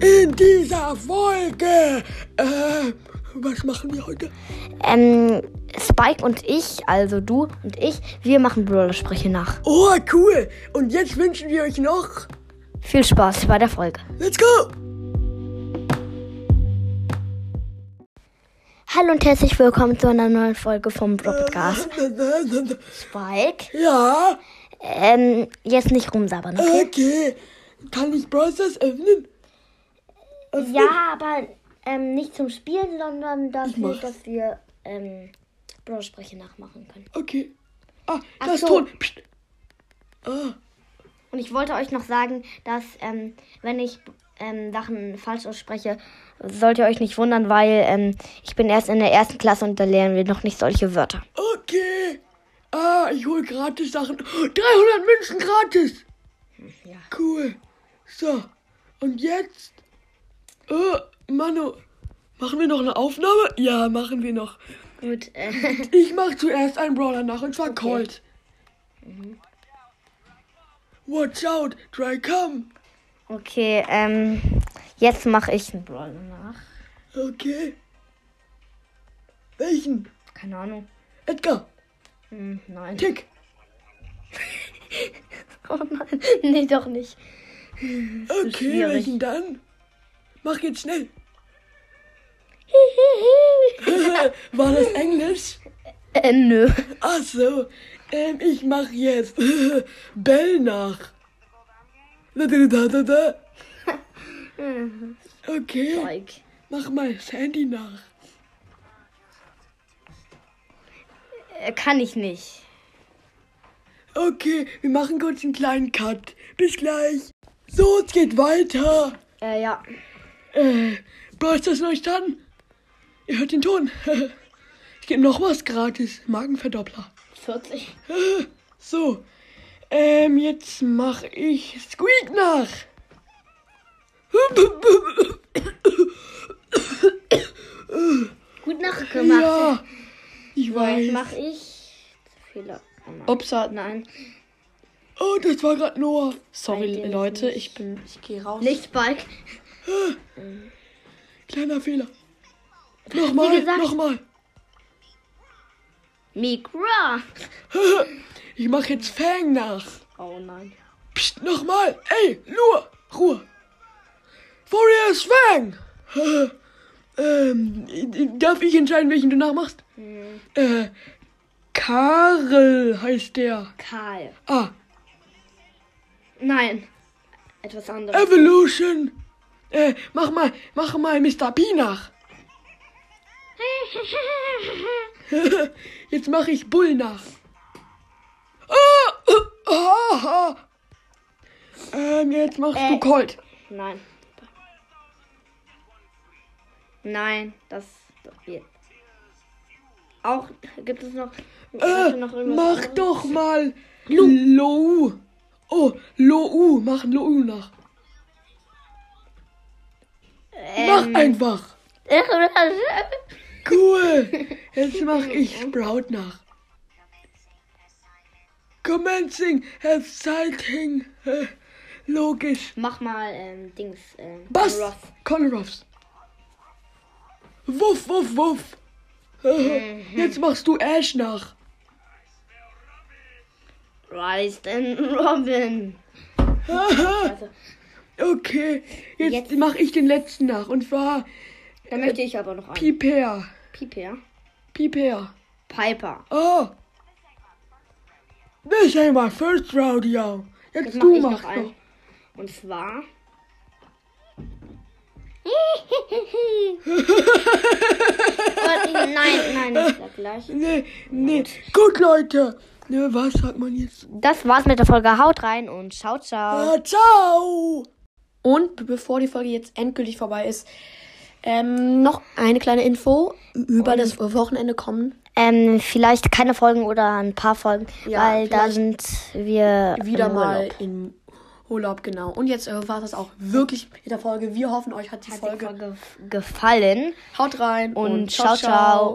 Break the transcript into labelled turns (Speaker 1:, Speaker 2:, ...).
Speaker 1: in dieser Folge. Äh, was machen wir heute?
Speaker 2: Ähm, Spike und ich, also du und ich, wir machen Brawler-Sprüche nach.
Speaker 1: Oh, cool. Und jetzt wünschen wir euch noch.
Speaker 2: Viel Spaß bei der Folge.
Speaker 1: Let's go!
Speaker 2: Hallo und herzlich willkommen zu einer neuen Folge vom Podcast. Spike,
Speaker 1: Ja,
Speaker 2: ähm, jetzt nicht rumsabbern, okay?
Speaker 1: okay. Kann ich Browsers öffnen? Äh,
Speaker 2: Ja, aber ähm, nicht zum Spielen, sondern dafür,
Speaker 1: mach's.
Speaker 2: dass wir ähm, Brawler-Sprüche nachmachen können.
Speaker 1: Okay. Ah,
Speaker 2: Ach
Speaker 1: da ist
Speaker 2: so.
Speaker 1: Ton. Psst. Ah,
Speaker 2: Und ich wollte euch noch sagen, dass ähm, wenn ich ähm, Sachen falsch ausspreche, sollt ihr euch nicht wundern, weil ähm, ich bin erst in der ersten Klasse und da lernen wir noch nicht solche Wörter.
Speaker 1: okay. Ah, ich hole gratis Sachen. 300 Münzen gratis.
Speaker 2: ja.
Speaker 1: Cool. So. Und jetzt? Oh, Manu. Machen wir noch eine Aufnahme? Ja, machen wir noch.
Speaker 2: Gut, äh,
Speaker 1: Ich mache zuerst einen Brawler nach und zwar Colt. Watch out, try come.
Speaker 2: okay, ähm, jetzt mache ich einen Brawl nach.
Speaker 1: Okay. Welchen?
Speaker 2: Keine Ahnung.
Speaker 1: Edgar,
Speaker 2: Hm, nein.
Speaker 1: Tick.
Speaker 2: Oh nein, nee, doch nicht.
Speaker 1: Okay,
Speaker 2: schwierig.
Speaker 1: welchen dann? Mach jetzt schnell. War das Englisch?
Speaker 2: äh, nö.
Speaker 1: Ach so. Ähm, ich mach jetzt Bell nach. Da, da, da, da, da. Okay,
Speaker 2: Zeug.
Speaker 1: mach mal Sandy nach.
Speaker 2: Äh, kann ich nicht.
Speaker 1: Okay, wir machen kurz einen kleinen Cut. Bis gleich. So, es geht weiter.
Speaker 2: Äh, ja.
Speaker 1: Äh, brauchst du das euch dann? Ihr hört den Ton. es gibt noch was gratis. Magenverdoppler.
Speaker 2: 40.
Speaker 1: So, ähm, jetzt mach ich Squeak nach.
Speaker 2: Gut nachgemacht.
Speaker 1: Ja, ich
Speaker 2: Jetzt
Speaker 1: weiß.
Speaker 2: mache ich Fehler. Oh nein.
Speaker 3: Upsa,
Speaker 2: nein.
Speaker 1: Oh, das war gerade Noah.
Speaker 2: Bei dir
Speaker 3: sorry
Speaker 2: ist
Speaker 3: Leute,
Speaker 2: nicht.
Speaker 3: ich bin, ich gehe raus.
Speaker 2: Nicht Spike.
Speaker 1: Kleiner Fehler.
Speaker 2: Wie
Speaker 1: Nochmal,
Speaker 2: gesagt-
Speaker 1: nochmal.
Speaker 2: Mikra.
Speaker 1: Ich mach jetzt Fang nach.
Speaker 2: Oh nein.
Speaker 1: Psst, nochmal. Ey, Ruhe, Ruhe. Warriors Fang. ähm, darf ich entscheiden, welchen du nachmachst?
Speaker 2: Hm,
Speaker 1: Äh, Karel heißt der.
Speaker 2: Karl.
Speaker 1: Ah,
Speaker 2: Nein. Etwas anderes.
Speaker 1: Evolution. Äh, mach mal, mach mal Mr. P nach. Jetzt mache ich Bull nach. Ah, äh, aha. Ähm, jetzt machst
Speaker 2: Äh.
Speaker 1: du Colt.
Speaker 2: Nein. Nein, das wird. Auch gibt es noch.
Speaker 1: Äh,
Speaker 2: noch
Speaker 1: mach doch mal Lou. Oh, Lou, mach Lou nach.
Speaker 2: Ähm.
Speaker 1: Mach einfach. Cool. Jetzt mach ich Sprout nach. Commencing, exciting. Äh, logisch.
Speaker 2: Mach mal ähm, Dings. Ähm,
Speaker 1: Bass.
Speaker 2: Ross.
Speaker 1: Coloroffs. Wuff, wuff, wuff. Äh,
Speaker 2: Mhm.
Speaker 1: Jetzt machst du Ash nach.
Speaker 2: Rise and Robin. Also,
Speaker 1: Okay, jetzt,
Speaker 2: Jetzt.
Speaker 1: mache ich den letzten nach. Und zwar
Speaker 2: da möchte ich aber noch einen.
Speaker 1: Piper.
Speaker 2: Piper.
Speaker 1: Piper.
Speaker 2: Piper.
Speaker 1: Oh. This ain't my first round, yo. Jetzt
Speaker 2: Jetzt mach
Speaker 1: du
Speaker 2: ich
Speaker 1: machst
Speaker 2: noch
Speaker 1: noch.
Speaker 2: einen. Und zwar. Und nein, nein, nicht das gleich.
Speaker 1: Nee, nee. Gut, Leute. Ne, was sagt man jetzt?
Speaker 2: Das war's mit der Folge. Haut rein und ciao, ciao.
Speaker 1: Ah, ciao.
Speaker 3: Und be- bevor die Folge jetzt endgültig vorbei ist, ähm, noch eine kleine Info. Über das Wochenende kommen
Speaker 2: Ähm, vielleicht keine Folgen oder ein paar Folgen,
Speaker 3: Ja,
Speaker 2: weil da
Speaker 3: vielleicht
Speaker 2: sind wir
Speaker 3: wieder
Speaker 2: im
Speaker 3: mal
Speaker 2: Urlaub.
Speaker 3: im Urlaub, genau. Und jetzt äh, war das auch wirklich mit der Folge. Wir hoffen, euch hat die,
Speaker 2: Hat die
Speaker 3: Folge.
Speaker 2: Folge f- gefallen
Speaker 3: Haut rein
Speaker 2: und, ciao. ciao.